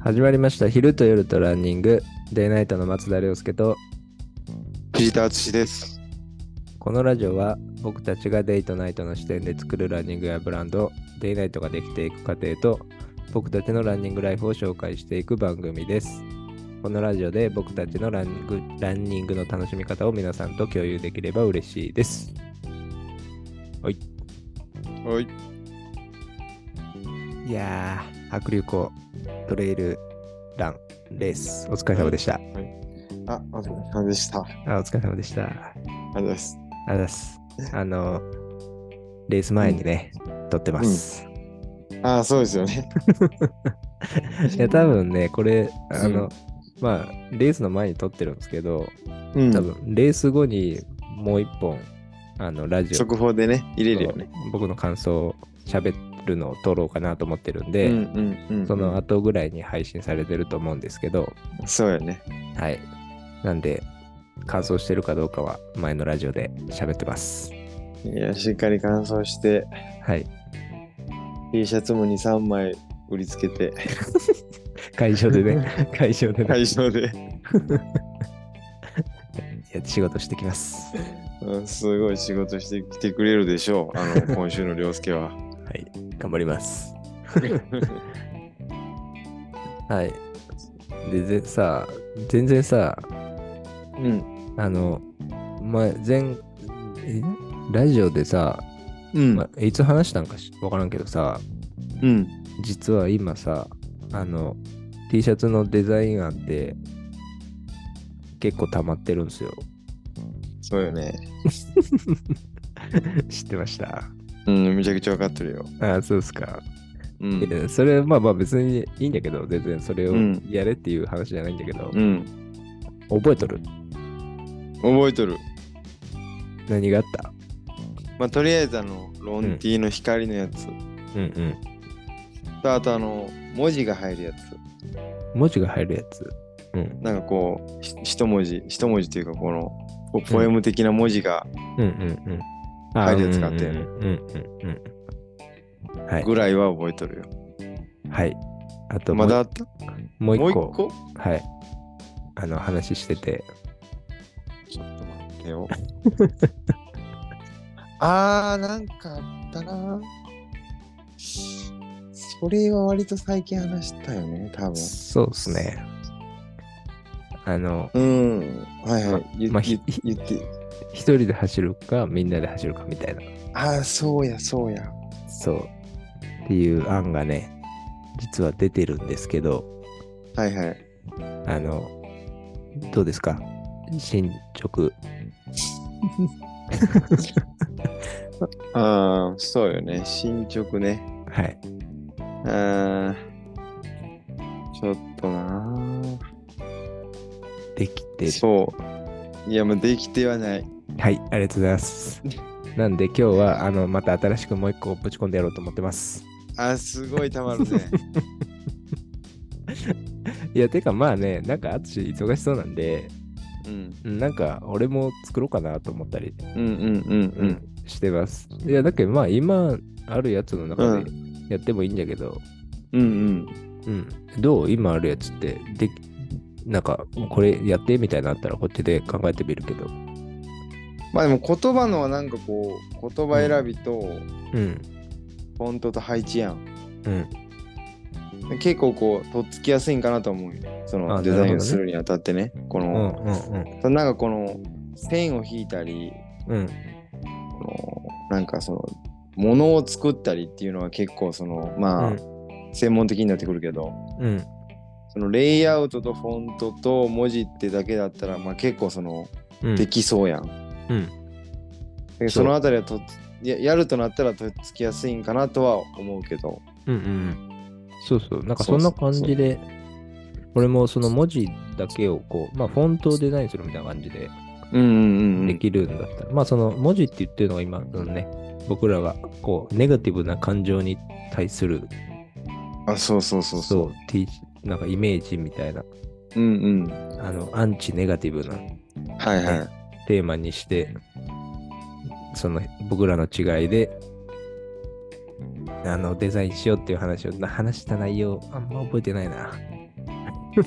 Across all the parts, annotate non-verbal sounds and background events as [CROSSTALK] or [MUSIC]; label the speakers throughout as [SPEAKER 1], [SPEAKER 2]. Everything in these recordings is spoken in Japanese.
[SPEAKER 1] 始まりました。昼と夜とランニング。デイナイトの松田涼介と、
[SPEAKER 2] ピーター淳です。
[SPEAKER 1] このラジオは僕たちがデイとナイトの視点で作るランニングやブランド、デイナイトができていく過程と、僕たちのランニングライフを紹介していく番組です。このラジオで僕たちのランニングランニングの楽しみ方を皆さんと共有できれば嬉しいです。
[SPEAKER 2] はい。
[SPEAKER 1] いやー、白竜湖トレイルランレース、お疲れ様でした。
[SPEAKER 2] あ、お疲れ様でした。あり
[SPEAKER 1] あお疲れ様でした。
[SPEAKER 2] がとうございます。
[SPEAKER 1] ありがとうございます。あの、レース前にね、撮ってます。
[SPEAKER 2] あー、そうですよね。
[SPEAKER 1] いや、多分ね、これ、あの、
[SPEAKER 2] うん
[SPEAKER 1] まあ、レースの前に撮ってるんですけど、
[SPEAKER 2] うん
[SPEAKER 1] 多分、レース後にもう一本、あの、ラジオ、
[SPEAKER 2] 速報でね、入れるよね。
[SPEAKER 1] 僕の感想を喋るのを撮ろうかなと思ってるん
[SPEAKER 2] うん
[SPEAKER 1] で、
[SPEAKER 2] うんうん。
[SPEAKER 1] その、後ぐらいに配信されてると思うんですけど、
[SPEAKER 2] そうよね。
[SPEAKER 1] はい。なんで、感想してるかどうかは前のラジオで喋ってます。
[SPEAKER 2] いや、しっかり乾燥して、
[SPEAKER 1] はい。
[SPEAKER 2] T シャツも2、3枚売りつけて、
[SPEAKER 1] 会場で
[SPEAKER 2] [LAUGHS]
[SPEAKER 1] ね、会場でね、
[SPEAKER 2] 会場で、
[SPEAKER 1] いや仕事してきます。
[SPEAKER 2] うん、すごい仕事してきてくれるでしょう。あ
[SPEAKER 1] [LAUGHS]
[SPEAKER 2] の、今週の涼介
[SPEAKER 1] は
[SPEAKER 2] は。
[SPEAKER 1] い、頑張ります。はい。で、ぜさ、全然さ、
[SPEAKER 2] うん。
[SPEAKER 1] あの、前、前、えラジオでさ、
[SPEAKER 2] うん。
[SPEAKER 1] まいつ話したんかしわからんけどさ、
[SPEAKER 2] うん。
[SPEAKER 1] 実は今さ、あの、T シャツのデザイン案って、結構溜まってるんですよ。
[SPEAKER 2] そうよね。
[SPEAKER 1] [LAUGHS] 知ってました。
[SPEAKER 2] うん、めちゃくちゃわかってるよ。
[SPEAKER 1] ああ、そうですか。
[SPEAKER 2] うん
[SPEAKER 1] い。やそれ、まあまあ別にいいんだけど、全然それを
[SPEAKER 2] うん
[SPEAKER 1] やれっていう話じゃないんだけど、
[SPEAKER 2] うん。
[SPEAKER 1] 覚えとる
[SPEAKER 2] 覚えとる。
[SPEAKER 1] 何があった
[SPEAKER 2] まあ、とりあえずあの、ロンティーの光のやつ。
[SPEAKER 1] うんうん。
[SPEAKER 2] とあとあの文字が入るやつ
[SPEAKER 1] 文字が入るやつ。うん。
[SPEAKER 2] なんかこうひ一文字一文字というかこのこうポエム的な文字が
[SPEAKER 1] うんうんうん。
[SPEAKER 2] 書いてるやつがあったよね
[SPEAKER 1] うんうんうんうん。はい。
[SPEAKER 2] ぐらいは覚えとるよ、
[SPEAKER 1] はい。あとも
[SPEAKER 2] ま
[SPEAKER 1] う、
[SPEAKER 2] だあった
[SPEAKER 1] もう一
[SPEAKER 2] もう
[SPEAKER 1] 個
[SPEAKER 2] 一個
[SPEAKER 1] はい。あの、話してて。
[SPEAKER 2] ちょっと待ってよ [LAUGHS] あーなんかあったなそれは割と最近話したよね多分
[SPEAKER 1] そうですね。あの、
[SPEAKER 2] うんはいはい、言
[SPEAKER 1] まあ
[SPEAKER 2] 言
[SPEAKER 1] ひ
[SPEAKER 2] 言って
[SPEAKER 1] 一人で走るか、みんなで走るかみたいな。
[SPEAKER 2] ああそうやそうや
[SPEAKER 1] そう。っていう案がね、実は出てるんですけど、
[SPEAKER 2] はいはい
[SPEAKER 1] あの、どうですか進捗。
[SPEAKER 2] ああそうよね進捗ね
[SPEAKER 1] はい。
[SPEAKER 2] うーんちょっとな
[SPEAKER 1] できて
[SPEAKER 2] ぁ。
[SPEAKER 1] る。
[SPEAKER 2] そう。いや、もうできてはない。
[SPEAKER 1] はい、ありがとうございます。なんで今日はあのまた新しくもう一個ぶち込んでやろうと思ってます。
[SPEAKER 2] あ、すごいたまる
[SPEAKER 1] [LAUGHS]
[SPEAKER 2] ね。
[SPEAKER 1] いや、てかまあね、なんか淳忙しそうなんで、
[SPEAKER 2] うん。
[SPEAKER 1] うんなんか俺も作ろうかなと思ったり、
[SPEAKER 2] うんうんうん
[SPEAKER 1] してます。いや、だけどまあ今あるやつの中でやってもいいんだけど、
[SPEAKER 2] うん。うん
[SPEAKER 1] うん、どう今あるやつって、できなんかこれやってみたいなのあったらこっちで考えてみるけど。
[SPEAKER 2] まあでも言葉のはなんかこう、言葉選びと、
[SPEAKER 1] うん、
[SPEAKER 2] フォントと配置やん。
[SPEAKER 1] うん、
[SPEAKER 2] 結構こう、とっつきやすいんかなと思うよね。そ
[SPEAKER 1] あ
[SPEAKER 2] のデザ
[SPEAKER 1] なるほどね
[SPEAKER 2] インをするにあたってね。こ
[SPEAKER 1] うん、
[SPEAKER 2] の、
[SPEAKER 1] うん、
[SPEAKER 2] そのなんかこの、線を引いたり、
[SPEAKER 1] うん、
[SPEAKER 2] この、なんかその、ものを作ったりっていうのは結構その、まあ、
[SPEAKER 1] うん
[SPEAKER 2] 専門的になってくるけど、
[SPEAKER 1] うん、
[SPEAKER 2] そのレイアウトとフォントと文字ってだけだったら、まあ、結構その
[SPEAKER 1] うん、
[SPEAKER 2] できそうやん。
[SPEAKER 1] うん
[SPEAKER 2] でそのあたりはとっややるとなったらとっつきやすいんかなとは思うけど。
[SPEAKER 1] うんうん。そうそう。なんかそ
[SPEAKER 2] そ
[SPEAKER 1] ん
[SPEAKER 2] うそ
[SPEAKER 1] な
[SPEAKER 2] う
[SPEAKER 1] 感じで、俺もその文字だけをこう、まあフォントをデザインするみたいな感じで
[SPEAKER 2] うんうんう
[SPEAKER 1] で
[SPEAKER 2] ん。
[SPEAKER 1] きるんだったら、まあその文字って言ってるのが今のね、僕らがこう、ネガティブな感情に対する、
[SPEAKER 2] あそうそうそうそ
[SPEAKER 1] そ
[SPEAKER 2] う。
[SPEAKER 1] う、T なんかイメージみたいな、
[SPEAKER 2] うんうん。
[SPEAKER 1] あの、アンチネガティブな
[SPEAKER 2] はいはい。
[SPEAKER 1] テーマにして、その僕らの違いで、あの、デザインしようっていう話を、な話した内容、あんま覚えてないな。
[SPEAKER 2] う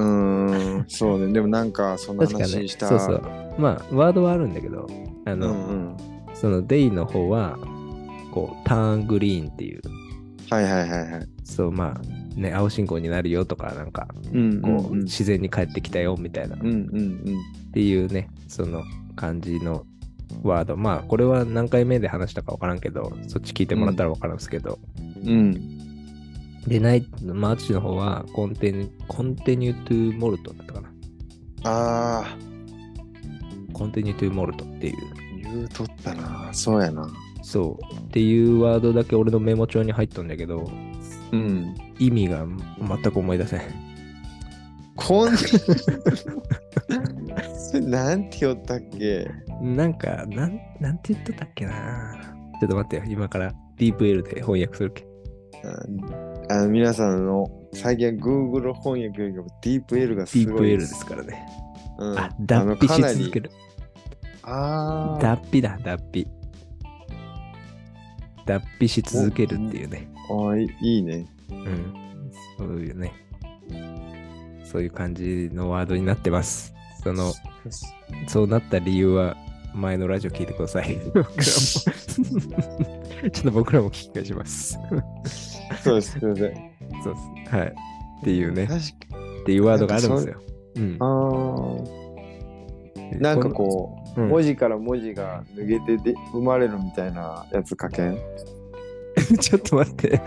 [SPEAKER 2] ーん、そうね。でもなんか、そんな
[SPEAKER 1] 確かね、
[SPEAKER 2] 話した。
[SPEAKER 1] そうそう。まあ、ワードはあるんだけど、あ
[SPEAKER 2] う
[SPEAKER 1] の、
[SPEAKER 2] んうん。
[SPEAKER 1] そのデイの方は、こう、ターングリーンっていう、
[SPEAKER 2] はいはいはいはい。
[SPEAKER 1] そう、まあ、ね、青信号になるよとか、なんか、
[SPEAKER 2] うん
[SPEAKER 1] こう、
[SPEAKER 2] うん
[SPEAKER 1] 自然に帰ってきたよみたいな、
[SPEAKER 2] う
[SPEAKER 1] っ
[SPEAKER 2] んうん
[SPEAKER 1] ていうね、その感じのワード。まあ、これは何回目で話したか分からんけど、そっち聞いてもらったら分からんですけど、
[SPEAKER 2] うん。うん。
[SPEAKER 1] でない、まあ、私の方はコンテン、コンティニュートゥーモルトだったかな。
[SPEAKER 2] ああ、
[SPEAKER 1] コンティニュートゥーモルトっていう、
[SPEAKER 2] 言うとったな。そうやな。
[SPEAKER 1] そう、っていうワードだけ俺のメモ帳に入ったんだけど、
[SPEAKER 2] うん。
[SPEAKER 1] 意味が全く思い出せない。
[SPEAKER 2] こんそれなんて言ったっけ
[SPEAKER 1] なんか、なん、なんて言ってたっけなちょっと待ってよ、今からディープ L で翻訳するけ。
[SPEAKER 2] ああの皆さんの最近は Google 翻訳よりも DeepL
[SPEAKER 1] デ
[SPEAKER 2] が
[SPEAKER 1] ィ
[SPEAKER 2] す
[SPEAKER 1] ー
[SPEAKER 2] ご
[SPEAKER 1] プ
[SPEAKER 2] い
[SPEAKER 1] L
[SPEAKER 2] で。
[SPEAKER 1] ですすからね。
[SPEAKER 2] うん、
[SPEAKER 1] あ、
[SPEAKER 2] あ
[SPEAKER 1] 脱
[SPEAKER 2] の
[SPEAKER 1] 皮
[SPEAKER 2] かな
[SPEAKER 1] し
[SPEAKER 2] り
[SPEAKER 1] 続ける。
[SPEAKER 2] ああ
[SPEAKER 1] 脱皮だ、脱皮。脱皮し続けるっていうね。
[SPEAKER 2] おいいいね。
[SPEAKER 1] うん。そういうね。そういう感じのワードになってます。その、そうなった理由は、前のラジオ聞いてください。
[SPEAKER 2] [LAUGHS]
[SPEAKER 1] 僕らもちょっと僕らも聞き返し
[SPEAKER 2] [LAUGHS]
[SPEAKER 1] ます。
[SPEAKER 2] そうです、すい
[SPEAKER 1] そう
[SPEAKER 2] ません。
[SPEAKER 1] です。はい。っていうね。
[SPEAKER 2] 確か
[SPEAKER 1] っていうワードがあるんですよ。うん
[SPEAKER 2] あ。ーなんかこ
[SPEAKER 1] う
[SPEAKER 2] う、
[SPEAKER 1] ん
[SPEAKER 2] 文字から文字が抜けてで生まれるみたいなやつ書けん
[SPEAKER 1] [LAUGHS] ちょっと待
[SPEAKER 2] [LAUGHS]
[SPEAKER 1] って。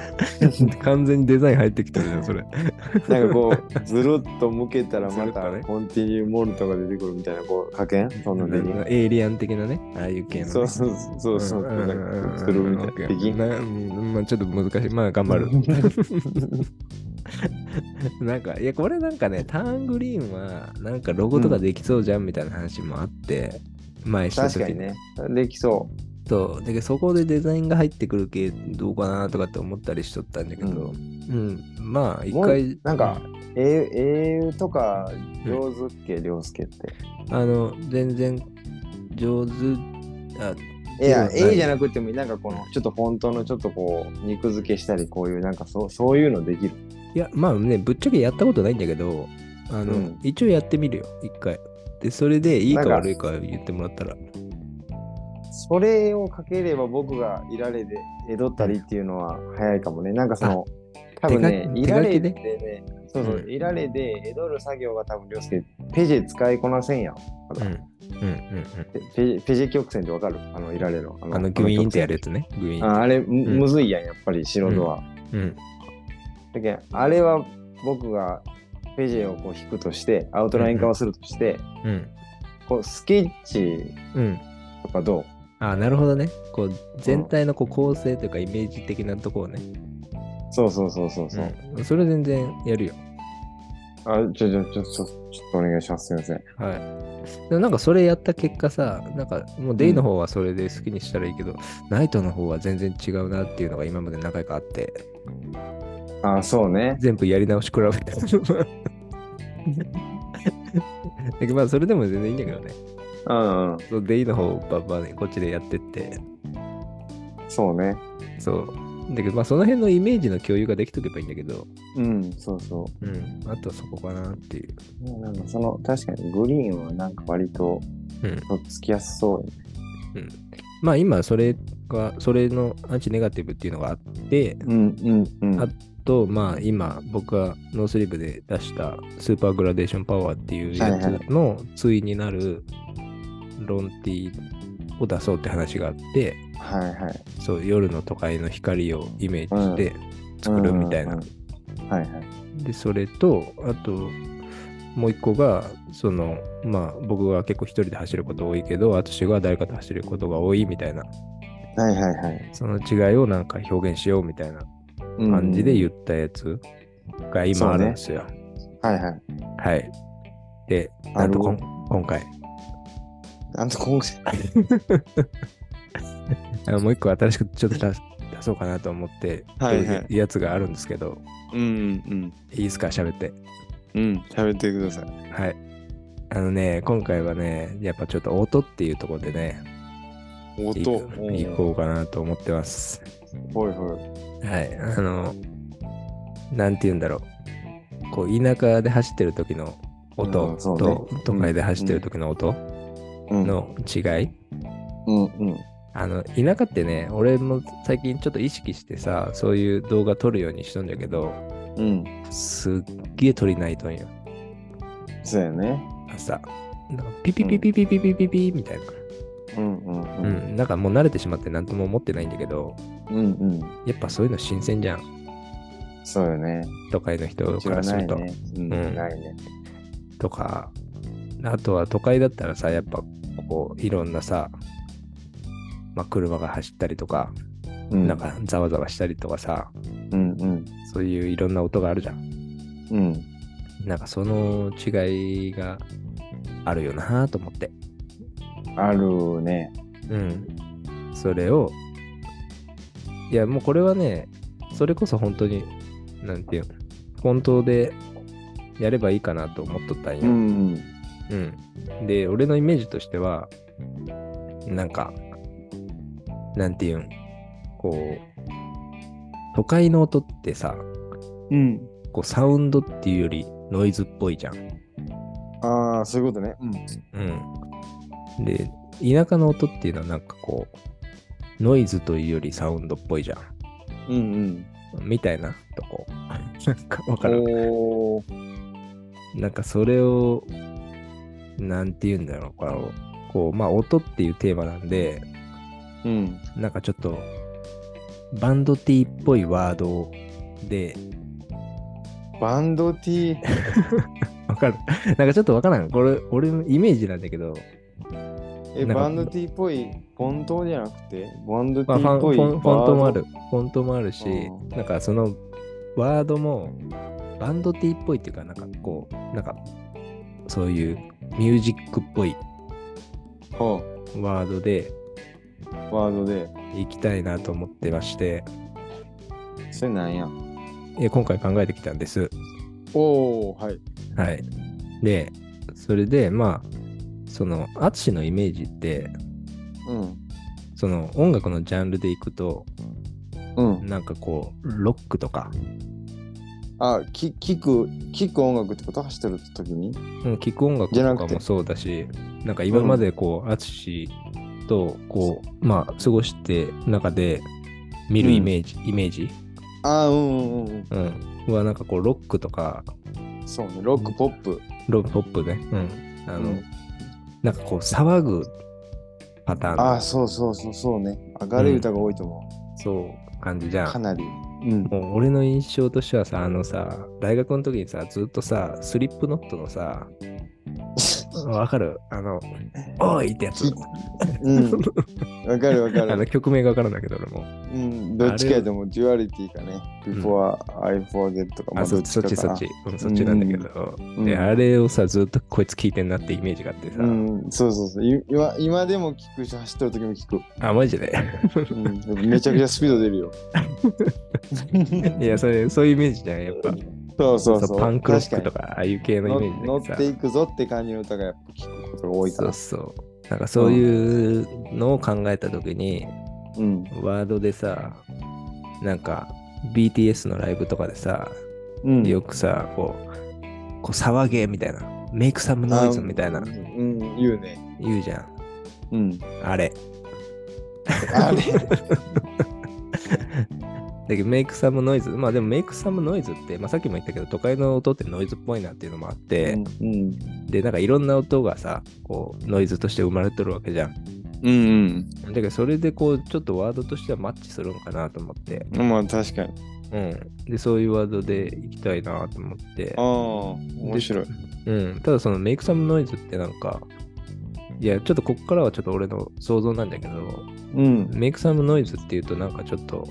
[SPEAKER 1] 完全にデザイン入ってきてるじゃん、それ。
[SPEAKER 2] なんか
[SPEAKER 1] [LAUGHS]
[SPEAKER 2] こう、ずるっと向けたら
[SPEAKER 1] ずる
[SPEAKER 2] ま
[SPEAKER 1] っとね
[SPEAKER 2] たコンティニューモルトが出てくるみたいな、こう書けんそんなできん
[SPEAKER 1] エイリアン的なね、ああいう系のね、
[SPEAKER 2] そうそうそうそう。
[SPEAKER 1] ん
[SPEAKER 2] なん
[SPEAKER 1] んん
[SPEAKER 2] かするみたい
[SPEAKER 1] オッケー
[SPEAKER 2] な。できん
[SPEAKER 1] なうんまあちょっと難しい。まあ頑張る。なんか、いや、これなんかね、ターングリーンは、なんかロゴとかできそうじゃんみたいな話もあって、前した
[SPEAKER 2] 確
[SPEAKER 1] 時
[SPEAKER 2] かにね。できそ
[SPEAKER 1] そうでそこでデザインが入ってくる系どうかなとかって思ったりしとったんだけど、う
[SPEAKER 2] う
[SPEAKER 1] ん、まあ一
[SPEAKER 2] もう
[SPEAKER 1] 回
[SPEAKER 2] なんかう。英英雄とか、両助っけ、両助って。
[SPEAKER 1] あの、全然上手。あ
[SPEAKER 2] いや、
[SPEAKER 1] そう
[SPEAKER 2] 英じゃなくてもいい。なんかこの、ちょっと本当のちょっとこう、肉付けしたり、こういう、なんかそう、そういうのできる。
[SPEAKER 1] いや、まあね、ぶっちゃけやったことないんだけど、あの、
[SPEAKER 2] うん
[SPEAKER 1] 一応やってみるよ、一回。で、それでいいか
[SPEAKER 2] なんか
[SPEAKER 1] 悪いか言ってもらったら。
[SPEAKER 2] それをかければ僕がいられで、江戸ったりっていうのは早いかもね。なんかその、多分
[SPEAKER 1] 手
[SPEAKER 2] ね
[SPEAKER 1] 書、き
[SPEAKER 2] いられ
[SPEAKER 1] 手
[SPEAKER 2] で
[SPEAKER 1] 書き
[SPEAKER 2] ね、そうそうう、
[SPEAKER 1] ん
[SPEAKER 2] いられで、江戸る作業が多分両助、ペジェ使いこなせんやん。
[SPEAKER 1] うん。うんうんうん。
[SPEAKER 2] ペペジェペジェ曲線ってわかるあの、いられの。あ
[SPEAKER 1] あの、グイーンってやる
[SPEAKER 2] る
[SPEAKER 1] やつね。グイーン。
[SPEAKER 2] ああれ、む
[SPEAKER 1] うん
[SPEAKER 2] むずいやん、やっぱり素人は。
[SPEAKER 1] うん。
[SPEAKER 2] だけんあれは僕がペジェをこう引くとして、アウトライン化をするとして、
[SPEAKER 1] うん。
[SPEAKER 2] こうスケッチ
[SPEAKER 1] うん。
[SPEAKER 2] とかどう
[SPEAKER 1] あなるほどね。こう、全体のこう構成というかイメージ的なとこをね。
[SPEAKER 2] そうそうそうそうそう。
[SPEAKER 1] うん。それ全然やるよ。
[SPEAKER 2] あ、ちょ、ちょ、ちょ、ちょ、ちょっとお願いします。すいません。
[SPEAKER 1] はい。でもなんかそれやった結果さ、なんかもうデイの方はそれで好きにしたらいいけど、ナイトの方は全然違うなっていうのが今まで何回かあって、
[SPEAKER 2] あ、そうね。
[SPEAKER 1] 全部やり直し比べた。 [LAUGHS] だけどまあそれでも全然いいんだけどね。
[SPEAKER 2] うんうん。
[SPEAKER 1] そうデイの方をバンバンね、こっちでやってって、
[SPEAKER 2] そうね。
[SPEAKER 1] そう。だけどまあその辺のイメージの共有ができとけばいいんだけど、
[SPEAKER 2] うん、そうそ
[SPEAKER 1] うん。あとはそこかなっていう。
[SPEAKER 2] う。なんかその、確かにグリーンはなんか割と、
[SPEAKER 1] うん
[SPEAKER 2] とっつきやすそうやね。
[SPEAKER 1] まあ今それが、それのアンチネガティブっていうのがあって、
[SPEAKER 2] うん、うん、うん。
[SPEAKER 1] あと、まあ、今、僕がノースリーブで出したスーパーグラデーションパワーっていうやつの対になるロンティを出そうって話があって、
[SPEAKER 2] はいはい。
[SPEAKER 1] そう、夜の都会の光をイメージして作るみたいな
[SPEAKER 2] うん。うんうんはいはい。
[SPEAKER 1] で、それと、あと、もう一個が、その、まあ、僕が結構一人で走ること多いけど、私が誰かと走ることが多いみたいな、
[SPEAKER 2] はいはいはい。
[SPEAKER 1] その違いをなんか表現しようみたいな
[SPEAKER 2] うん
[SPEAKER 1] 感じで言ったやつが今あるんですよ。
[SPEAKER 2] はいはい。
[SPEAKER 1] はい。で、な
[SPEAKER 2] なんる
[SPEAKER 1] と
[SPEAKER 2] ほ
[SPEAKER 1] こ
[SPEAKER 2] ど
[SPEAKER 1] ん今回
[SPEAKER 2] なんと今回。
[SPEAKER 1] あの、もう一個新しくちょっと出す出そうかなと思って、
[SPEAKER 2] はいはい
[SPEAKER 1] やつがあるんですけど、
[SPEAKER 2] うんうん
[SPEAKER 1] いいですか、喋って。
[SPEAKER 2] うん。うん。喋ってください。
[SPEAKER 1] はい。あのね、今回はね、やっぱちょっと音っていうところでね、い
[SPEAKER 2] 音。うん
[SPEAKER 1] いこうかなと思ってます。
[SPEAKER 2] ほいほい。
[SPEAKER 1] はい。あの、なんて言うんだろう。こう田舎で走ってる時の音
[SPEAKER 2] うんそうね
[SPEAKER 1] と都会で走ってる時の音
[SPEAKER 2] うん
[SPEAKER 1] の違い、
[SPEAKER 2] うんうん
[SPEAKER 1] あの田舎ってね俺も最近ちょっと意識してさそういう動画撮るようにしとんじゃけど
[SPEAKER 2] うん
[SPEAKER 1] すっげえ撮りないとんよ
[SPEAKER 2] そうやね
[SPEAKER 1] 朝なんかピピピピピピピピピみたいな、
[SPEAKER 2] うんうん
[SPEAKER 1] うんなんかもう慣れてしまって何とも思ってないんだけど
[SPEAKER 2] うんうん
[SPEAKER 1] やっぱそういうの新鮮じゃん
[SPEAKER 2] そうよね
[SPEAKER 1] 都会の人
[SPEAKER 2] 知
[SPEAKER 1] かららす
[SPEAKER 2] な
[SPEAKER 1] る
[SPEAKER 2] い
[SPEAKER 1] と、
[SPEAKER 2] ねうん
[SPEAKER 1] うん
[SPEAKER 2] ないね
[SPEAKER 1] とかあとは都会だったらさやっぱこういろんなさ、まあ、車が走ったりとか、
[SPEAKER 2] う
[SPEAKER 1] なんかざわざわしたりとかさ
[SPEAKER 2] うんうん
[SPEAKER 1] そういういろんな音があるじゃん
[SPEAKER 2] うん
[SPEAKER 1] なんかその違いがあるよなと思って。
[SPEAKER 2] あるね
[SPEAKER 1] うん。それを、いやもうこれはね、それこそ本当に、なんていうの、本当でやればいいかなと思っとったん
[SPEAKER 2] う
[SPEAKER 1] よ。
[SPEAKER 2] んうん
[SPEAKER 1] うん。で、俺のイメージとしては、なんか、なんていうん、こう、都会の音ってさ、
[SPEAKER 2] うん
[SPEAKER 1] こうサウンドっていうよりノイズっぽいじゃん。
[SPEAKER 2] ああそういうことねうん
[SPEAKER 1] うん。で、田舎の音っていうのはなんかこう、ノイズというよりサウンドっぽいじゃん。
[SPEAKER 2] うんうん
[SPEAKER 1] みたいなと
[SPEAKER 2] [LAUGHS]
[SPEAKER 1] こ。なんかわかる。
[SPEAKER 2] おお
[SPEAKER 1] なんかそれを、なんて言うんだろうこのこう、まあ音っていうテーマなんで、
[SPEAKER 2] うん
[SPEAKER 1] なんかちょっと、バンドティーっぽいワードで、
[SPEAKER 2] バンド T
[SPEAKER 1] わかる。 [LAUGHS] なんかちょっとわからん。これ、俺のイメージなんだけど、
[SPEAKER 2] え
[SPEAKER 1] なんか
[SPEAKER 2] バンド T っぽいフォントじゃなくてバンド T
[SPEAKER 1] まあ、ファン
[SPEAKER 2] っ
[SPEAKER 1] フ
[SPEAKER 2] ぽい
[SPEAKER 1] ォンフォントもあ
[SPEAKER 2] バー
[SPEAKER 1] る。フォントもあるし、
[SPEAKER 2] うん
[SPEAKER 1] なんかそのワードもバンド T っぽいっていうか、なんかこう、なんかそういうミュージックっぽい
[SPEAKER 2] ドうん
[SPEAKER 1] ワードで
[SPEAKER 2] ワードで。
[SPEAKER 1] いきたいなと思ってまして、
[SPEAKER 2] それなんや。
[SPEAKER 1] え今回考えてきたんです。
[SPEAKER 2] おおはい。
[SPEAKER 1] はい。で、それで、まあ、その、淳のイメージって、
[SPEAKER 2] うん。
[SPEAKER 1] その音楽のジャンルでいくと、
[SPEAKER 2] うん。
[SPEAKER 1] なんかこう、ロックとか、
[SPEAKER 2] あ、き、聞く、聞く音楽ってこと走ってる時に
[SPEAKER 1] うん、聴く音楽
[SPEAKER 2] じゃな
[SPEAKER 1] と
[SPEAKER 2] く
[SPEAKER 1] か
[SPEAKER 2] て
[SPEAKER 1] もそうだし、なんか今までこう、淳、とこう、まあ、過ごして中で見るイメージ、イメージ、
[SPEAKER 2] あうんうんうん
[SPEAKER 1] うん、はなんかこう、ロックとか、
[SPEAKER 2] うん。そうね。ロック、ポップ。
[SPEAKER 1] ロックポップね、うん、あの、
[SPEAKER 2] うん
[SPEAKER 1] なんかこう、騒ぐパターン
[SPEAKER 2] あ、そうそうそうそうね。明るい歌が多いと思
[SPEAKER 1] そう感じじゃ
[SPEAKER 2] う。か
[SPEAKER 1] ん。
[SPEAKER 2] なり。うん。
[SPEAKER 1] もう俺の印象としてはさ、あのさ、大学の時にさ、ずっとさ、スリップノットのさ、わかるあの、おいってやつ。
[SPEAKER 2] き [LAUGHS]
[SPEAKER 1] [LAUGHS]
[SPEAKER 2] うん。わかるわか
[SPEAKER 1] あの
[SPEAKER 2] る。
[SPEAKER 1] 曲名がわからんだけど、俺も。
[SPEAKER 2] うん。どっちかやともう、デュアリティかね。before I forget とか。ま
[SPEAKER 1] あ、そ
[SPEAKER 2] ど
[SPEAKER 1] っちそっ
[SPEAKER 2] か
[SPEAKER 1] ちそっち。うんそっちなんだけど、
[SPEAKER 2] うん
[SPEAKER 1] で、あれをさ、ずっとこいつ聞いてんなってイメージがあってさ、
[SPEAKER 2] うん。そうそうそう。い今今でも聞くし、走ってる時も聞く。
[SPEAKER 1] あ、マジで。
[SPEAKER 2] うん、めちゃくちゃスピード出るよ。
[SPEAKER 1] [LAUGHS] いや、それ、そういうイメージじゃん、やっぱ。
[SPEAKER 2] そうそうそう。
[SPEAKER 1] そう [LAUGHS] パンクロック
[SPEAKER 2] 確
[SPEAKER 1] と
[SPEAKER 2] か
[SPEAKER 1] か、ああいう系
[SPEAKER 2] に
[SPEAKER 1] のイメージ
[SPEAKER 2] 乗
[SPEAKER 1] だ
[SPEAKER 2] っ
[SPEAKER 1] けどさ
[SPEAKER 2] て。いくぞって感じの歌がやっぱ聞くことが多いか
[SPEAKER 1] そ
[SPEAKER 2] ら
[SPEAKER 1] う。そう。なんかそういうのを考えたときに、
[SPEAKER 2] うん。
[SPEAKER 1] ワードでさ、なんか BTS のライブとかでさ、
[SPEAKER 2] うん。
[SPEAKER 1] よくさ、こう、こう騒げみたいな、メイクサムノイズみたいな
[SPEAKER 2] う、ん、言うね。
[SPEAKER 1] 言うじゃん。 [LAUGHS]
[SPEAKER 2] うん。
[SPEAKER 1] あれ。
[SPEAKER 2] あれ。
[SPEAKER 1] だけどメイクサムノイズ、まあでもメイクサムノイズって、まあさっきも言ったけど、都会の音ってノイズっぽいなっていうのもあって、
[SPEAKER 2] うん。
[SPEAKER 1] で、なんかいろんな音がさ、こう、ノイズとして生まれてるわけじゃん。
[SPEAKER 2] うん
[SPEAKER 1] だけどそれでこう、ちょっとワードとしてはマッチするんかなと思って、
[SPEAKER 2] うん。まあ確かに。
[SPEAKER 1] うん。で、そういうワードでいきたいなと思って
[SPEAKER 2] ああ、、面白い。
[SPEAKER 1] うん、ただそのメイクサムノイズってなんか、いや、ちょっとこっからはちょっと俺の想像なんだけど、
[SPEAKER 2] うん。
[SPEAKER 1] メイクサムノイズっていうとなんかちょっと、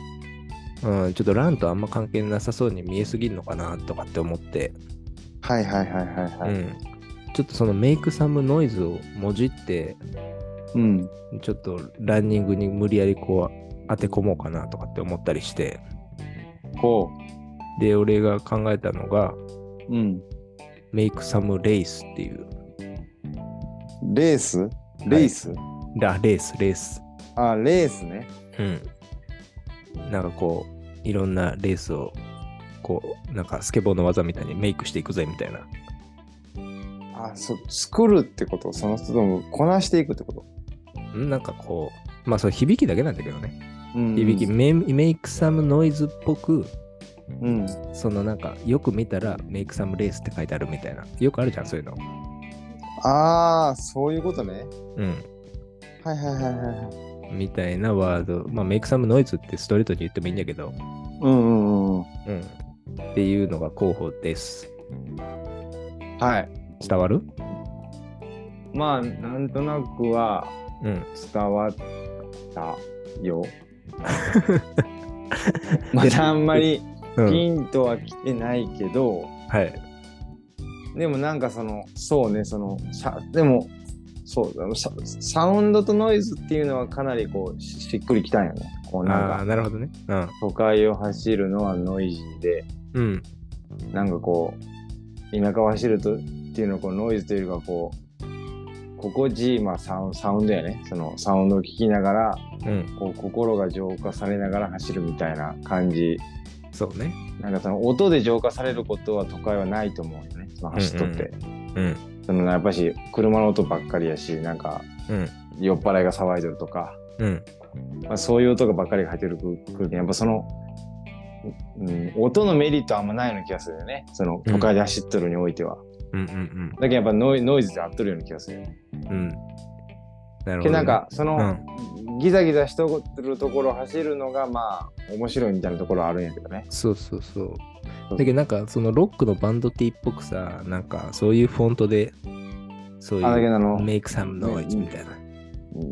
[SPEAKER 1] うん、ちょっとランとあんま関係なさそうに見えすぎるのかなとかって思って、
[SPEAKER 2] はいはいはいはいは
[SPEAKER 1] う
[SPEAKER 2] い。
[SPEAKER 1] ん、ちょっとそのメイクサムノイズをもじって、
[SPEAKER 2] うん。
[SPEAKER 1] ちょっとランニングに無理やりこう当て込もうかなとかって思ったりして、
[SPEAKER 2] こ
[SPEAKER 1] で、俺が考えたのが、
[SPEAKER 2] う。うん。
[SPEAKER 1] メイクサムレースっていう、
[SPEAKER 2] レースレース
[SPEAKER 1] あ、レース、レース。
[SPEAKER 2] あ、レースね。
[SPEAKER 1] うん。なんかこう、いろんなレースをこう、なんかスケボーの技みたいにメイクしていくぜみたいな。
[SPEAKER 2] あ、そう、作るってことその人ともこなしていくってこと
[SPEAKER 1] んなんかこう、まあそれ響きだけなんだけどね。
[SPEAKER 2] うん
[SPEAKER 1] 響き、メメイクサムノイズっぽく、
[SPEAKER 2] うん。
[SPEAKER 1] そのなんかよく見たらメイクサムレースって書いてあるみたいな。よくあるじゃん、そういうの。
[SPEAKER 2] ああ、そういうことね。
[SPEAKER 1] うん。
[SPEAKER 2] はいはいはいはいはい。
[SPEAKER 1] みたいなワード。まあメイクサムノイズってストレートに言ってもいいんだけど。
[SPEAKER 2] うんうんうん。
[SPEAKER 1] うん。っていうのが候補です。
[SPEAKER 2] はい。
[SPEAKER 1] 伝わる
[SPEAKER 2] まあ、なんとなくは
[SPEAKER 1] うん。
[SPEAKER 2] 伝わった [LAUGHS] よ。まだあんまり
[SPEAKER 1] うん。
[SPEAKER 2] ピンとは来てないけど、
[SPEAKER 1] はい。
[SPEAKER 2] でもなんかその、そうね、その、しゃでも、そうあのサ、サウンドとノイズっていうのはかなりこう、ししっくりきたんよね。こうなん
[SPEAKER 1] ああー、
[SPEAKER 2] か、
[SPEAKER 1] なるほどね。うん。
[SPEAKER 2] 都会を走るのはノイジーで、
[SPEAKER 1] うん。
[SPEAKER 2] なんかこう田舎を走るとっていうのはこうノイズというよりかこう心地いい、まあ、サウンサウンドやねそのサウンドを聞きながら
[SPEAKER 1] うん。
[SPEAKER 2] こう心が浄化されながら走るみたいな感じ
[SPEAKER 1] そうね。
[SPEAKER 2] なんかその音で浄化されることは都会はないと思うよね、まあ、走っとって、
[SPEAKER 1] うん。
[SPEAKER 2] そのやっぱし車の音ばっかりやしなんか
[SPEAKER 1] うん。
[SPEAKER 2] 酔っ払いが騒いでるとか、
[SPEAKER 1] うん。
[SPEAKER 2] まあ、そういう音がばっかりが入ってる空気やっぱその、うん、音のメリットはあんまないような気がするよねその都会で走ってるにおいては。
[SPEAKER 1] うんうん
[SPEAKER 2] だけどやっぱノイノイズで合っとるような気がする。
[SPEAKER 1] うん。うん。なるほど、
[SPEAKER 2] け
[SPEAKER 1] ね。
[SPEAKER 2] なんかその、
[SPEAKER 1] う
[SPEAKER 2] ギザギザしとるところを走るのがまあ面白いみたいなところはあるんやけどね。
[SPEAKER 1] ん、そうそうそう。だけどなんかそのロックのバンドティーっぽくさ、なんかそういうフォントで、そうい
[SPEAKER 2] あだけ
[SPEAKER 1] う
[SPEAKER 2] どあの
[SPEAKER 1] メイクサムノイズみたいな。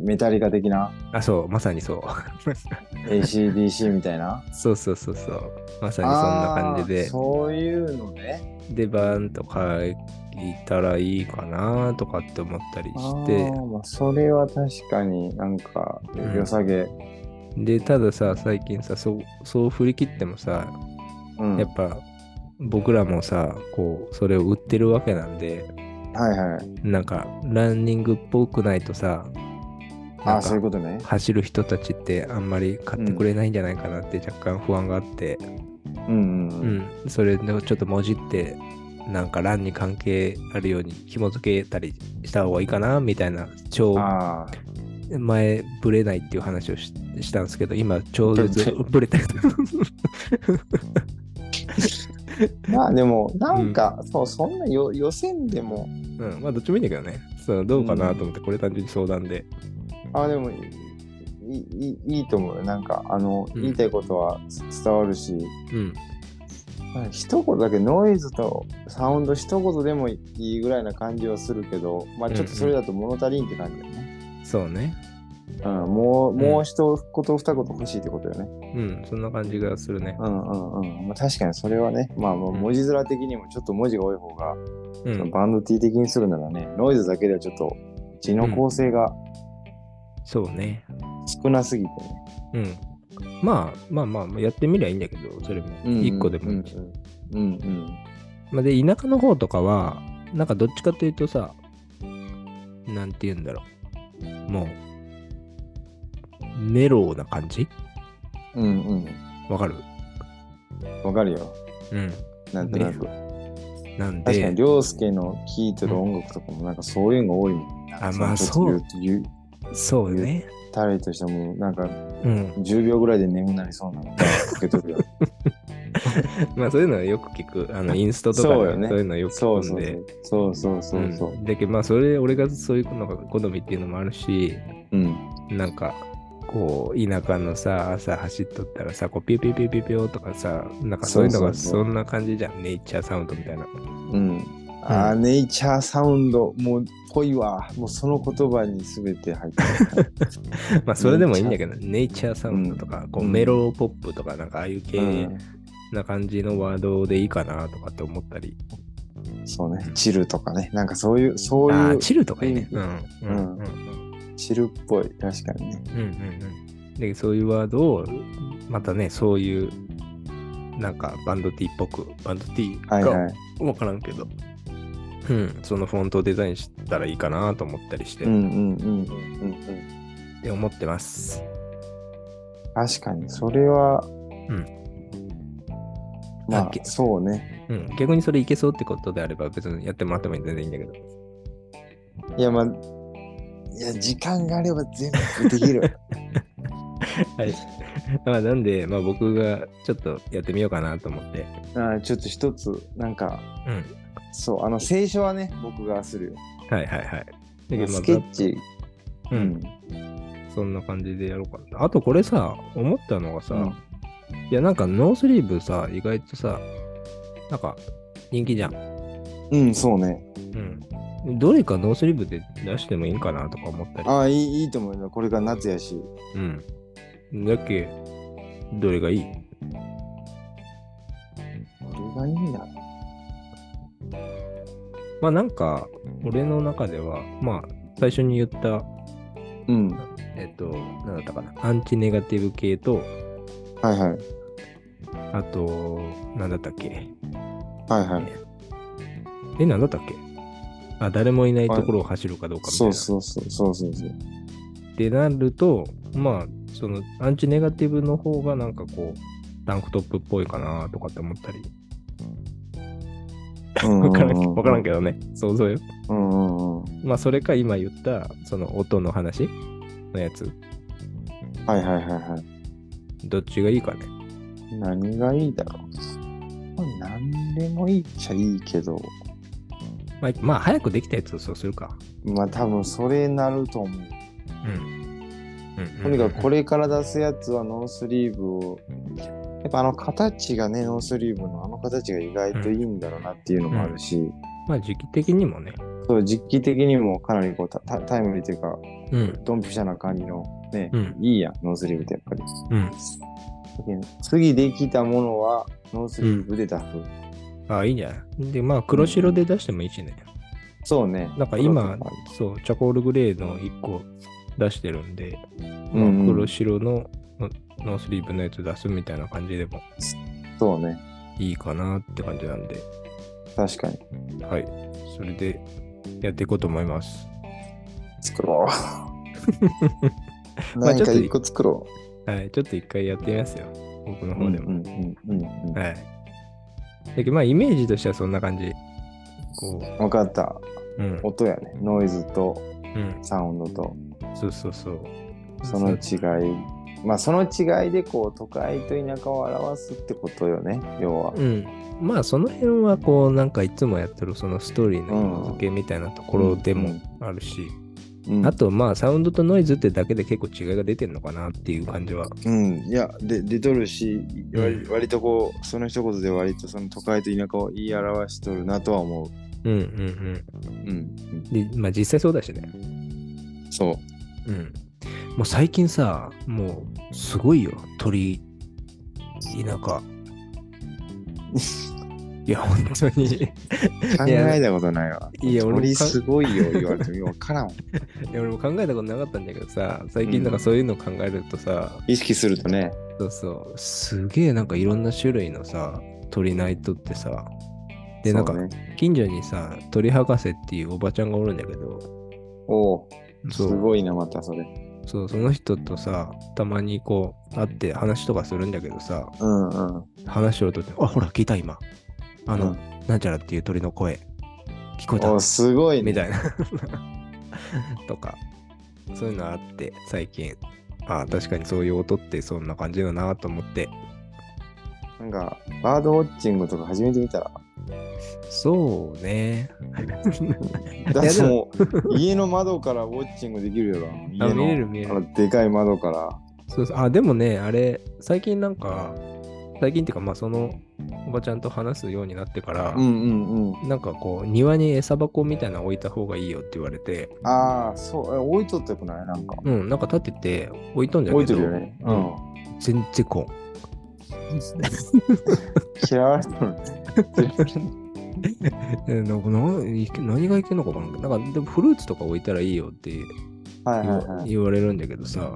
[SPEAKER 2] メタリカ的な
[SPEAKER 1] あ、そう、まさにそう。 [LAUGHS]
[SPEAKER 2] ACDC みたいな。
[SPEAKER 1] そうそうそうそう。まさに [LAUGHS] そんな
[SPEAKER 2] あ
[SPEAKER 1] 感じ
[SPEAKER 2] ー
[SPEAKER 1] で、
[SPEAKER 2] そういうのね。
[SPEAKER 1] で、バーンと書いたらいいかなとかって思ったり
[SPEAKER 2] あ
[SPEAKER 1] して、
[SPEAKER 2] ーまあ、それは確かになんか
[SPEAKER 1] うん
[SPEAKER 2] 良さげ。
[SPEAKER 1] で、たださ、最近さ、そう、そう振り切ってもさ、
[SPEAKER 2] うん
[SPEAKER 1] やっぱ僕らもさ、こう、それを売ってるわけなんで、
[SPEAKER 2] はいはい。
[SPEAKER 1] なんかランニングっぽくないとさ、
[SPEAKER 2] あ
[SPEAKER 1] な
[SPEAKER 2] あ
[SPEAKER 1] ん
[SPEAKER 2] そういう
[SPEAKER 1] か
[SPEAKER 2] ことね。
[SPEAKER 1] 走る人たちってあんまり買ってくれないんじゃないかなって若干不安があって、
[SPEAKER 2] うんうん
[SPEAKER 1] う
[SPEAKER 2] うん。
[SPEAKER 1] ん、それをちょっともじって、なんかランに関係あるように紐付けたりした方がいいかなみたいな、超
[SPEAKER 2] ああ
[SPEAKER 1] 前ぶれないっていう話をししたんですけど、今超絶
[SPEAKER 2] ぶ
[SPEAKER 1] ぶれたけど。
[SPEAKER 2] まあでもなんか、そうそんなよ予選でも
[SPEAKER 1] うん、まあどっちもいいんだけどね。そうどうかなと思って、これ単純に相談で。
[SPEAKER 2] あでもいいいいいいと思うよなんかあの、
[SPEAKER 1] うん
[SPEAKER 2] 言いたいことはつ伝わるし
[SPEAKER 1] うん、
[SPEAKER 2] なんか一言だけノイズとサウンド一言でもいいぐらいな感じはするけどまあちょっとそれだと物足りんって感じだよね、
[SPEAKER 1] そうね。
[SPEAKER 2] うんもう
[SPEAKER 1] うん
[SPEAKER 2] もう一言二言欲しいってことよね
[SPEAKER 1] うん、そんな感じがするね。
[SPEAKER 2] うんうんうん、まあ、確かにそれはねまあもう
[SPEAKER 1] うん
[SPEAKER 2] 文字面的にもちょっと文字が多い方が、
[SPEAKER 1] う
[SPEAKER 2] その
[SPEAKER 1] ん、
[SPEAKER 2] バンド T 的にするならねノイズだけではちょっと字の構成が
[SPEAKER 1] そうね。
[SPEAKER 2] 少なすぎてね、
[SPEAKER 1] うん。まあまあまあ、やってみりゃいいんだけど、それも。
[SPEAKER 2] うんうん
[SPEAKER 1] 一個でもいいし。
[SPEAKER 2] うんうん、うんうん
[SPEAKER 1] まあ、で、田舎の方とかは、なんかどっちかというとさ、なんて言うんだろう。もう、メローな感じ
[SPEAKER 2] うんうん
[SPEAKER 1] わかる
[SPEAKER 2] わかるよ。
[SPEAKER 1] うん。
[SPEAKER 2] なんとなく。
[SPEAKER 1] なん
[SPEAKER 2] 確か
[SPEAKER 1] で、
[SPEAKER 2] に、涼介の聴いてる音楽とかも、なんかそういうのが多いもん。
[SPEAKER 1] あまあ
[SPEAKER 2] ちょっと
[SPEAKER 1] そう。
[SPEAKER 2] ゆゆ
[SPEAKER 1] そうね。
[SPEAKER 2] ったりとしても、なんか [LAUGHS]
[SPEAKER 1] うん。
[SPEAKER 2] 10秒ぐらいで眠なりそうなのが受け取
[SPEAKER 1] [LAUGHS]
[SPEAKER 2] るよ。
[SPEAKER 1] まあそういうのはよく聞く。あ
[SPEAKER 2] [LAUGHS]
[SPEAKER 1] のインストとか
[SPEAKER 2] そうよ
[SPEAKER 1] で
[SPEAKER 2] ね
[SPEAKER 1] そういうのはよく
[SPEAKER 2] そ
[SPEAKER 1] 聞
[SPEAKER 2] う
[SPEAKER 1] く
[SPEAKER 2] そ
[SPEAKER 1] ん
[SPEAKER 2] う
[SPEAKER 1] で。
[SPEAKER 2] そう。そうそうそうう。
[SPEAKER 1] んだけどまあそれ俺がそういうのが好みっていうのもあるし、
[SPEAKER 2] うん。
[SPEAKER 1] なんかこう田舎のさ朝走っとったらさこうピュピュピュピュピュとかさなんかそういうのが
[SPEAKER 2] そうそうそう
[SPEAKER 1] そんな感じじゃんネイチャーサウンドみたいな。
[SPEAKER 2] うん。あーネイチャーサウンド、もう、ぽいわ。もうその言葉に全て入っ
[SPEAKER 1] [LAUGHS]
[SPEAKER 2] てる。
[SPEAKER 1] まあそれでもいいんだけどネイチャーサウンドとか、こう
[SPEAKER 2] うん
[SPEAKER 1] メロポップとかなんかああいう
[SPEAKER 2] う
[SPEAKER 1] 系
[SPEAKER 2] ん
[SPEAKER 1] な感じのワードでいいかなとかって思ったり。
[SPEAKER 2] そうね。チルとかね。なんかそういう、そう
[SPEAKER 1] あ
[SPEAKER 2] い
[SPEAKER 1] あ
[SPEAKER 2] う、
[SPEAKER 1] チルとかいいね。
[SPEAKER 2] う
[SPEAKER 1] うんんうんうん
[SPEAKER 2] チルっぽい。確かにね。
[SPEAKER 1] うんうんうん。で、そういうワードを、またね、そういう、なんかバンド T っぽく、バンド T
[SPEAKER 2] はい
[SPEAKER 1] が
[SPEAKER 2] はい。
[SPEAKER 1] わからんけど、うん、そのフォントをデザインしたらいいかなと思ったりして、
[SPEAKER 2] うんうんうんうんうん。
[SPEAKER 1] って思ってます。
[SPEAKER 2] 確かにそれは、
[SPEAKER 1] うん
[SPEAKER 2] まあ
[SPEAKER 1] あけ、
[SPEAKER 2] そうね。
[SPEAKER 1] うん、逆にそれいけそうってことであれば別にやってもらっても全然いいんだけど。
[SPEAKER 2] いや、まあ、いや、時間があれば全部できる。
[SPEAKER 1] [LAUGHS] はい。 [LAUGHS] まあなんで、まあ僕がちょっとやってみようかなと思って。
[SPEAKER 2] あちょっと一つ、なんか、
[SPEAKER 1] うん。
[SPEAKER 2] そう、あの、聖書はね、僕がするよ。
[SPEAKER 1] はいはいはい。だけどま
[SPEAKER 2] ス
[SPEAKER 1] あ
[SPEAKER 2] ケッチ、
[SPEAKER 1] う。
[SPEAKER 2] うんん。
[SPEAKER 1] そんな感じでやろうかな。あとこれさ、思ったのがさ、
[SPEAKER 2] うん
[SPEAKER 1] いやなんかノースリーブさ、意外とさ、なんか人気じゃん。
[SPEAKER 2] うん、そうね。
[SPEAKER 1] うん。どれかノースリーブで出してもいいんかなとか思ったり。
[SPEAKER 2] ああ、いい、いいと思うよ。これが夏やし。
[SPEAKER 1] うん。だっけ、どれがいい
[SPEAKER 2] これがいいんだ。
[SPEAKER 1] まあなんか、俺の中では、まあ最初に言った、
[SPEAKER 2] うん。
[SPEAKER 1] えっと、なんだったかな、アンチネガティブ系と、
[SPEAKER 2] はいはい。
[SPEAKER 1] あと、なんだったっけ
[SPEAKER 2] はいはい。
[SPEAKER 1] え、なんだったっけあ、誰もいないところを走るかどうかみたい
[SPEAKER 2] そ
[SPEAKER 1] な。
[SPEAKER 2] うそうそう、そうそうそう。
[SPEAKER 1] ってなると、まあ、その、アンチネガティブの方がなんかこう、タンクトップっぽいかなとかって思ったり。わからんけわからん
[SPEAKER 2] け
[SPEAKER 1] けどね。想像よ。
[SPEAKER 2] ど。うんうんうん。
[SPEAKER 1] まあ、それか今言った、その音の話のやつ。
[SPEAKER 2] はいはいはいはい。
[SPEAKER 1] どっちがいいかね。
[SPEAKER 2] 何がいいだろう。まあ、何でもいいっちゃいいけど、
[SPEAKER 1] まあ、まあ、早くできたやつをそうするか。
[SPEAKER 2] まあ多分それなると思う。
[SPEAKER 1] うん。うん
[SPEAKER 2] とにかくこ
[SPEAKER 1] れ。
[SPEAKER 2] れから出すやつはノースリーブを、やっぱあの形がね、ノースリーブのあの形が意外といいんだろうなっていうのもあるし、
[SPEAKER 1] まあ、時期的にもね。
[SPEAKER 2] そう実機的にもかなりこうタタタイムリーというか、
[SPEAKER 1] うん。
[SPEAKER 2] ドンピシャな感じのね、
[SPEAKER 1] うん
[SPEAKER 2] いいやん、ノースリーブってやっぱり。
[SPEAKER 1] うん。
[SPEAKER 2] 次できたものはノースリーブで出す。
[SPEAKER 1] あ、いいんじゃないで、まあ、黒白で出してもいいしね。
[SPEAKER 2] そうね。
[SPEAKER 1] なんか今、そう、チャコールグレーの1個出してるんで、
[SPEAKER 2] うんうん
[SPEAKER 1] まあ黒白ののノースリーブのやつ出すみたいな感じでも
[SPEAKER 2] そうね。
[SPEAKER 1] いいかなって感じなんで、
[SPEAKER 2] 確かに。
[SPEAKER 1] はい。それでやっていこうと思います。
[SPEAKER 2] 作ろ
[SPEAKER 1] [LAUGHS]
[SPEAKER 2] う。
[SPEAKER 1] まあ
[SPEAKER 2] 何
[SPEAKER 1] ちょ
[SPEAKER 2] か
[SPEAKER 1] っと
[SPEAKER 2] 一個作ろ
[SPEAKER 1] はい。ちょっと一回やってみますよ。僕の
[SPEAKER 2] う。
[SPEAKER 1] 方でも。
[SPEAKER 2] うんうんうんうん
[SPEAKER 1] はい。だけど、まあ、イメージとしてはそんな感じ。こ
[SPEAKER 2] うん。分かった。
[SPEAKER 1] う、うん。
[SPEAKER 2] 音やね。ノイズと
[SPEAKER 1] うん。
[SPEAKER 2] サウンドと、
[SPEAKER 1] そうそうそう。
[SPEAKER 2] その違い。まあその違いでこう都会と田舎を表すってことよね、要は。
[SPEAKER 1] うん、まあその辺はこうなんかいつもやってるそのストーリーの紐付けみたいなところでもあるし、
[SPEAKER 2] うん
[SPEAKER 1] あとまあサウンドとノイズってだけで結構違いが出てるのかなっていう感じは、
[SPEAKER 2] うん、いや、で出とるし、割
[SPEAKER 1] うん
[SPEAKER 2] 割とこう、その一言で割とその都会と田舎を言い表しとるなとは思う。
[SPEAKER 1] うんうん
[SPEAKER 2] うん、
[SPEAKER 1] うん、でまあ実際そうだしね、
[SPEAKER 2] そう。
[SPEAKER 1] うん、もう最近さもうすごいよ鳥田
[SPEAKER 2] [LAUGHS]
[SPEAKER 1] 舎いや本当に
[SPEAKER 2] 考えたことないわ。
[SPEAKER 1] いや俺も
[SPEAKER 2] 鳥
[SPEAKER 1] か
[SPEAKER 2] すごいよ、言われてもよう分からんわ。
[SPEAKER 1] いや俺も考えたことなかったんだけどさ最近なんかそういうの考えるとさ、
[SPEAKER 2] 意識するとね。
[SPEAKER 1] そうそう。すげえなんかいろんな種類のさ、鳥ナイトってさ。で、なんか
[SPEAKER 2] そうね、
[SPEAKER 1] 近所にさ、鳥博士っていうおばちゃんがおるんだけど、
[SPEAKER 2] おお、す
[SPEAKER 1] そう
[SPEAKER 2] ごいな、またそれ。
[SPEAKER 1] そうその人とさ、たまにこう会って話とかするんだけどさ、
[SPEAKER 2] うんうん。
[SPEAKER 1] 話しよるときあ、ほら、聞いた今。あの、
[SPEAKER 2] うん
[SPEAKER 1] なんちゃらっていう鳥の声、聞こえ
[SPEAKER 2] お
[SPEAKER 1] た
[SPEAKER 2] お、すごいね。
[SPEAKER 1] みたいな。 [LAUGHS] とか、そういうのあって、最近。ああ、確かにそういう音ってそんな感じだなと思って。
[SPEAKER 2] なんか、バードウォッチングとか初めて見たら。
[SPEAKER 1] そうね。
[SPEAKER 2] だ
[SPEAKER 1] い
[SPEAKER 2] っ
[SPEAKER 1] や
[SPEAKER 2] て
[SPEAKER 1] で
[SPEAKER 2] もう、家の窓からウォッチングできるよな。家
[SPEAKER 1] あ
[SPEAKER 2] の
[SPEAKER 1] 見れる見れ
[SPEAKER 2] あ
[SPEAKER 1] る。
[SPEAKER 2] のでかい窓から。
[SPEAKER 1] そうそうあ、でもね、あれ、最近なんか、最近っていうか、まあ、そのおばちゃんと話すようになってから、
[SPEAKER 2] うんうんうん。
[SPEAKER 1] なんかこう、庭に餌箱みたいなの置いた方がいいよって言われて、
[SPEAKER 2] ああ、そう、え置いとったよくないなんか。
[SPEAKER 1] うん、なんか立てて置いとんじゃ
[SPEAKER 2] 置
[SPEAKER 1] け
[SPEAKER 2] いと
[SPEAKER 1] ど、
[SPEAKER 2] るよね。
[SPEAKER 1] う
[SPEAKER 2] うんん。
[SPEAKER 1] 全然こん。
[SPEAKER 2] 嫌われとるね。
[SPEAKER 1] えなんか何いけ何がいけんのかわからんけど、なんかでもフルーツとか置いたらいいよって言
[SPEAKER 2] はいはい
[SPEAKER 1] わ
[SPEAKER 2] はい。
[SPEAKER 1] 言われるんだけど
[SPEAKER 2] う
[SPEAKER 1] さ、
[SPEAKER 2] ん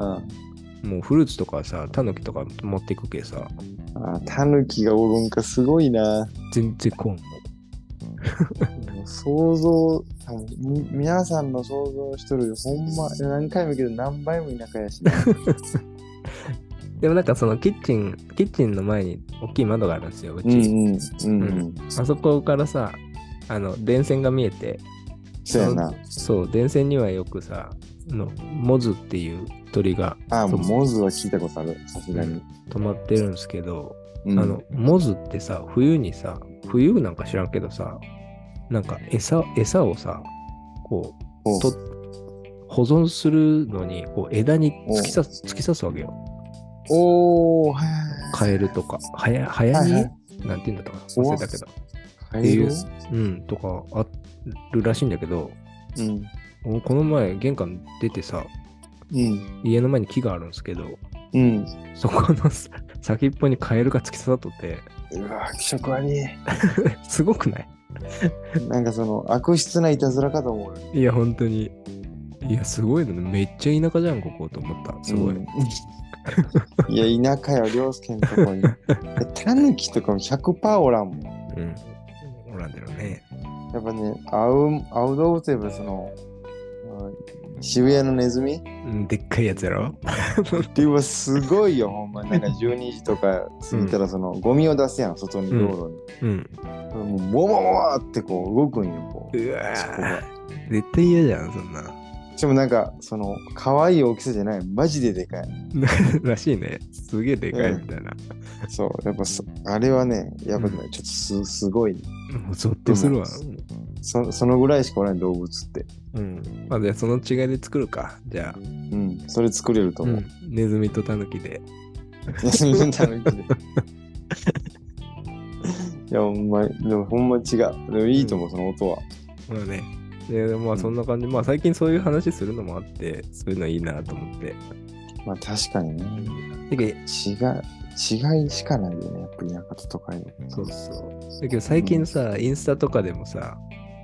[SPEAKER 1] もうフルーツとかさ、タヌキとか持っていくけさ、
[SPEAKER 2] あータヌキがおるんかすごいな。
[SPEAKER 1] 全然こん。
[SPEAKER 2] もう想像多分み皆さんの想像しとるほんま何回も言うけど何倍も田舎やしな
[SPEAKER 1] でもなんかそのキッチン、キッチンの前に大きい窓があるんですよ、うち。
[SPEAKER 2] うんうんうんう。
[SPEAKER 1] うんあそこからさ、あの、電線が見えて、
[SPEAKER 2] そうやな。
[SPEAKER 1] そう、電線にはよくさ、あのモズっていう鳥が
[SPEAKER 2] ああ、
[SPEAKER 1] そう
[SPEAKER 2] モズは聞いたことある。さすがに。
[SPEAKER 1] 止まってるんですけど、
[SPEAKER 2] うん
[SPEAKER 1] あの、モズってさ、冬にさ、冬なんか知らんけどさ、なんか餌、餌をさ、こう、
[SPEAKER 2] ほう
[SPEAKER 1] と保存するのに、こう枝に突き刺す、突き刺すわけよ。
[SPEAKER 2] おお、は
[SPEAKER 1] カエルとか、はや、はや
[SPEAKER 2] い。
[SPEAKER 1] に、
[SPEAKER 2] はいはい
[SPEAKER 1] なんて言うんだったかな忘れたけど。
[SPEAKER 2] カ
[SPEAKER 1] って
[SPEAKER 2] エ
[SPEAKER 1] い
[SPEAKER 2] ル
[SPEAKER 1] ううん、とかあるらしいんだけど、
[SPEAKER 2] うん。
[SPEAKER 1] 俺この前玄関出てさ、
[SPEAKER 2] うん。
[SPEAKER 1] 家の前に木があるんですけど、
[SPEAKER 2] うん。
[SPEAKER 1] そこの先っぽにカエルが突き刺さっとって、
[SPEAKER 2] うわ気色悪い。
[SPEAKER 1] すごくない
[SPEAKER 2] なんかその悪質ないたずらかと思うよ。
[SPEAKER 1] いや、本当に。いや、すごいのね。めっちゃ田舎じゃん、ここと思った。すごい。
[SPEAKER 2] うん [LAUGHS] いや、田舎よ、涼介のとこ [LAUGHS] に。タヌキとかも100%おらんもん。
[SPEAKER 1] うん。おらんだよね。
[SPEAKER 2] やっぱね、青青動物といえばその、うん渋谷のネズミ
[SPEAKER 1] うん、でっかいやつやろ
[SPEAKER 2] っていうはす
[SPEAKER 1] [LAUGHS]
[SPEAKER 2] ごいよ、ほんま。なんか12時とか過ぎたらその、ゴミを出すやん、外に、道
[SPEAKER 1] うん
[SPEAKER 2] 路に。
[SPEAKER 1] うん。
[SPEAKER 2] もう、もわもわってこう動くんよ、こう。
[SPEAKER 1] うわ
[SPEAKER 2] そこが
[SPEAKER 1] ぁ。絶対嫌じゃん、そんな。 [LAUGHS]
[SPEAKER 2] しかもなんか、その、可愛い大きさじゃない、マジででかい。
[SPEAKER 1] らしいね。すげえでかいみたいな。
[SPEAKER 2] そう、やっぱそ、あれはね、やっぱね、
[SPEAKER 1] う
[SPEAKER 2] ちょっとすすごい、ね
[SPEAKER 1] もうゾッとするわ。
[SPEAKER 2] そ。そのぐらいしかおらん、動物って。
[SPEAKER 1] うん。まあ、じゃあその違いで作るか。じゃあ。
[SPEAKER 2] うん、それ作れると
[SPEAKER 1] う
[SPEAKER 2] 思 [LAUGHS] う。
[SPEAKER 1] ん、ネズミとタヌキで。
[SPEAKER 2] 休みのため
[SPEAKER 1] [LAUGHS]
[SPEAKER 2] にいや、ほんま、でもほんま違う。でもいいと思う、その音は。
[SPEAKER 1] まあね。で、まあそんな感じ。まあ最近そういう話するのもあって、そういうのいいなと思って。
[SPEAKER 2] まあ確かにね。
[SPEAKER 1] だけど、
[SPEAKER 2] 違う、違いしかないよね、やっぱ田舎と都会の。
[SPEAKER 1] そうそう。だけど最近さ、インスタとかでもさ、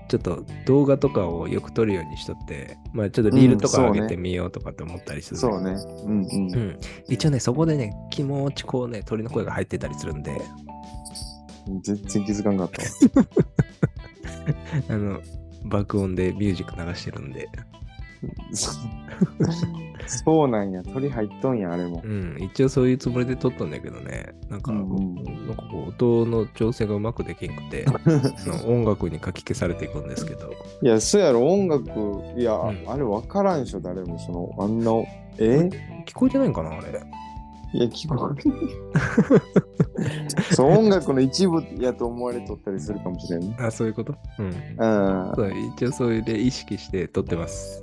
[SPEAKER 1] ちょっと動画とかをよく撮るようにしとって、まあちょっとリールとか
[SPEAKER 2] うんそう
[SPEAKER 1] 上
[SPEAKER 2] ね
[SPEAKER 1] げてみようとかって思ったりする、
[SPEAKER 2] そうね。うんうん。
[SPEAKER 1] うん。一応ね、そこでね、気持ちこうね、鳥の声が入ってたりするんで、
[SPEAKER 2] 全然気づかんかったわ。
[SPEAKER 1] あの、爆音でミュージック流してるんで、
[SPEAKER 2] そうなんや、鳥入っとんや、あれも
[SPEAKER 1] う。ん、一応そういうつもりで撮ったんだけどね、なんか、
[SPEAKER 2] うんうん
[SPEAKER 1] なんかこう音の調整がうまくできんく [LAUGHS] て、あの音楽にかき消されていくんですけど、
[SPEAKER 2] いや、そうやろ、音楽、いや、
[SPEAKER 1] うん
[SPEAKER 2] あれ分からんでしょ、誰も、その、あんな、え
[SPEAKER 1] 聞こえてないんかな、あれ。
[SPEAKER 2] いや、聞こえ [LAUGHS] そう、音楽の一部やと思われとったりするかもしれんね。
[SPEAKER 1] あ、そういうことうん。
[SPEAKER 2] うん。
[SPEAKER 1] そう一応そういうで意識して撮ってます。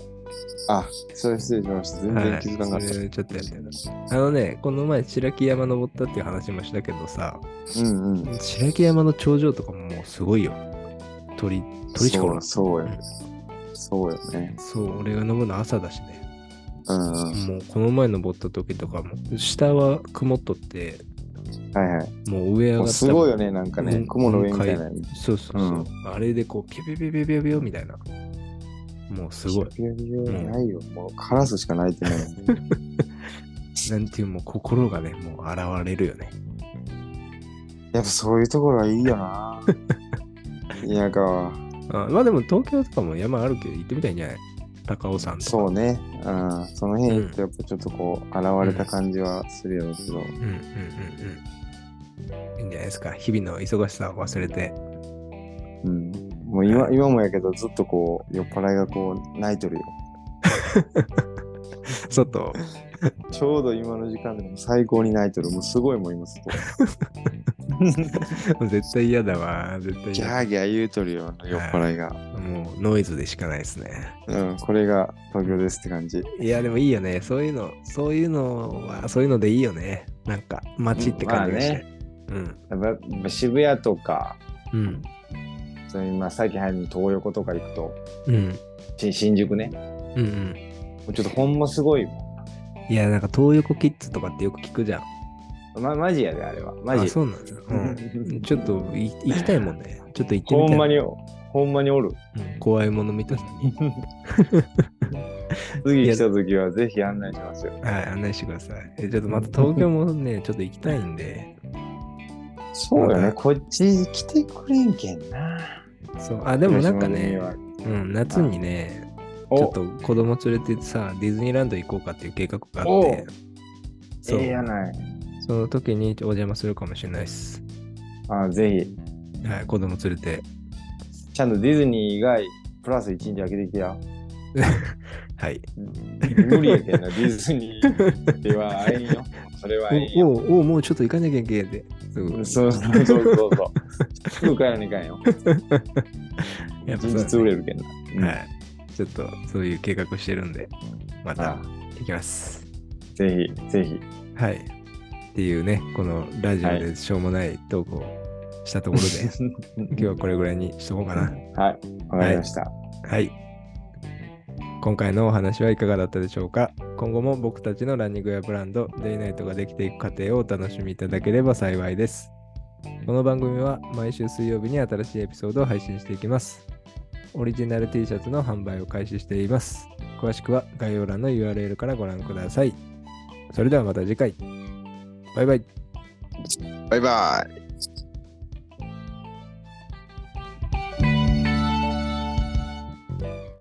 [SPEAKER 2] あ、それ失礼しました。全然気づかなかっ
[SPEAKER 1] はい
[SPEAKER 2] た。
[SPEAKER 1] それちょっとやってますあのね、この前、白木山登ったっていう話もしたけどさ、
[SPEAKER 2] うんうん。
[SPEAKER 1] 白木山の頂上とかももうすごいよ。鳥、鳥しかおらん。
[SPEAKER 2] そ
[SPEAKER 1] う
[SPEAKER 2] うそうや
[SPEAKER 1] ん。
[SPEAKER 2] そうやね。
[SPEAKER 1] そう、俺が登るの朝だしね。
[SPEAKER 2] うんうん。は
[SPEAKER 1] もうこの前登った時とかも、下は曇っとって、
[SPEAKER 2] いはい。
[SPEAKER 1] もう上上がっ
[SPEAKER 2] もう
[SPEAKER 1] た。
[SPEAKER 2] すごいよね、なんか
[SPEAKER 1] う
[SPEAKER 2] ね
[SPEAKER 1] ん。
[SPEAKER 2] 雲の上みたいなね。
[SPEAKER 1] そうそうそう。あれでこう、ピュピュピュピュピュピュみたいな。もうすごい。
[SPEAKER 2] いやいやいやないよ。もうカラスしか鳴いてない。
[SPEAKER 1] なんていう、もう心がね、もう現れるよね。
[SPEAKER 2] [LAUGHS] やっぱそういうところはいいよな。田舎は。
[SPEAKER 1] あまあでも東京とかも山あるけど行ってみたいんじゃない高尾山とか。
[SPEAKER 2] そうね。うん。その辺行ってやっぱちょっとこう、現れた感じはするやろうけど。
[SPEAKER 1] うんうんうんうん。いいんじゃないですか。日々の忙しさを忘れて。
[SPEAKER 2] うん。もう今今もやけど、ずっとこう、酔っ払いがこう、泣いとるよ。
[SPEAKER 1] 外。
[SPEAKER 2] ちょうど今の時間でも最高に泣いとる。もうすごいもん、今
[SPEAKER 1] [LAUGHS]
[SPEAKER 2] そこ。
[SPEAKER 1] 絶対嫌だわ。絶対
[SPEAKER 2] ギ
[SPEAKER 1] 嫌
[SPEAKER 2] ャーギャー言うとるよ、酔っ払いが。
[SPEAKER 1] もうノイズでしかないですね。
[SPEAKER 2] うん、これが東京ですって感じ。
[SPEAKER 1] いや、でもいいよね。そういうの、そういうのは、そういうのでいいよね。なんか、街って感じがして。うん。
[SPEAKER 2] やっぱやっぱ渋谷とか、
[SPEAKER 1] うん。
[SPEAKER 2] その今最近入るの東横とか行くと、
[SPEAKER 1] うん。
[SPEAKER 2] し新宿ね。
[SPEAKER 1] うんうん。
[SPEAKER 2] もうちょっとほんますごいも
[SPEAKER 1] いや、なんか、東横キッズとかってよく聞くじゃん。
[SPEAKER 2] ん。ま、マジやで、あれは。マ
[SPEAKER 1] あ
[SPEAKER 2] ジ。
[SPEAKER 1] そうなんだ。
[SPEAKER 2] [LAUGHS]
[SPEAKER 1] うん。ちょっとい、行きたいもんね。ちょっと行ってみ
[SPEAKER 2] ほ
[SPEAKER 1] たい。
[SPEAKER 2] んまに、ほんまにおる。
[SPEAKER 1] うん怖いもの見たさに。
[SPEAKER 2] 次来た時はぜひ案内しますよ。
[SPEAKER 1] はい、案内してください。えちょっとまた東京も
[SPEAKER 2] [LAUGHS]
[SPEAKER 1] ね、ちょっと行きたいんで。
[SPEAKER 2] そうよ
[SPEAKER 1] ま
[SPEAKER 2] ね、
[SPEAKER 1] だ
[SPEAKER 2] こっち来てくれんけんな。
[SPEAKER 1] そうあ、でもなんかね、
[SPEAKER 2] 広島の
[SPEAKER 1] うん、夏にね、ち
[SPEAKER 2] 海
[SPEAKER 1] ょ
[SPEAKER 2] は、
[SPEAKER 1] っと子供連れてさ、ディズニーランド行こうかっていう計画があって、そう
[SPEAKER 2] ええやない。
[SPEAKER 1] その時にお邪魔するかもしれないです。
[SPEAKER 2] あぜひ、
[SPEAKER 1] はい、子供連れて。 [LAUGHS]
[SPEAKER 2] ちゃんとディズニー以外、プラス1日開けてきてや。
[SPEAKER 1] はい。
[SPEAKER 2] 無理やけんな、ディズニーではあえんよ。それはええ
[SPEAKER 1] お
[SPEAKER 2] よ。
[SPEAKER 1] おおもうちょっと行かなきゃいけんで。すぐ
[SPEAKER 2] そうそうそうそうそう。すぐ帰らにいかんよ。
[SPEAKER 1] やっぱ
[SPEAKER 2] 人
[SPEAKER 1] そう
[SPEAKER 2] 日売れるけんな。うん
[SPEAKER 1] はい。ちょっとそういう計画してるんで、また
[SPEAKER 2] あ
[SPEAKER 1] 行きます。
[SPEAKER 2] ぜひ、ぜひ。
[SPEAKER 1] はい。っていうね、このラジオでしょうもないトークをしたところで、
[SPEAKER 2] [LAUGHS]
[SPEAKER 1] 今日はこれぐらいにしとこうかな。
[SPEAKER 2] はい、わかりました。
[SPEAKER 1] はい。今回のお話はいかがだったでしょうか今後も僕たちのランニングやブランド、デイナイトができていく過程をお楽しみいただければ幸いです。この番組は毎週水曜日に新しいエピソードを配信していきます。オリジナル T シャツの販売を開始しています。詳しくは概要欄の URL からご覧ください。それではまた次回。バイバイ。
[SPEAKER 2] バイバイ。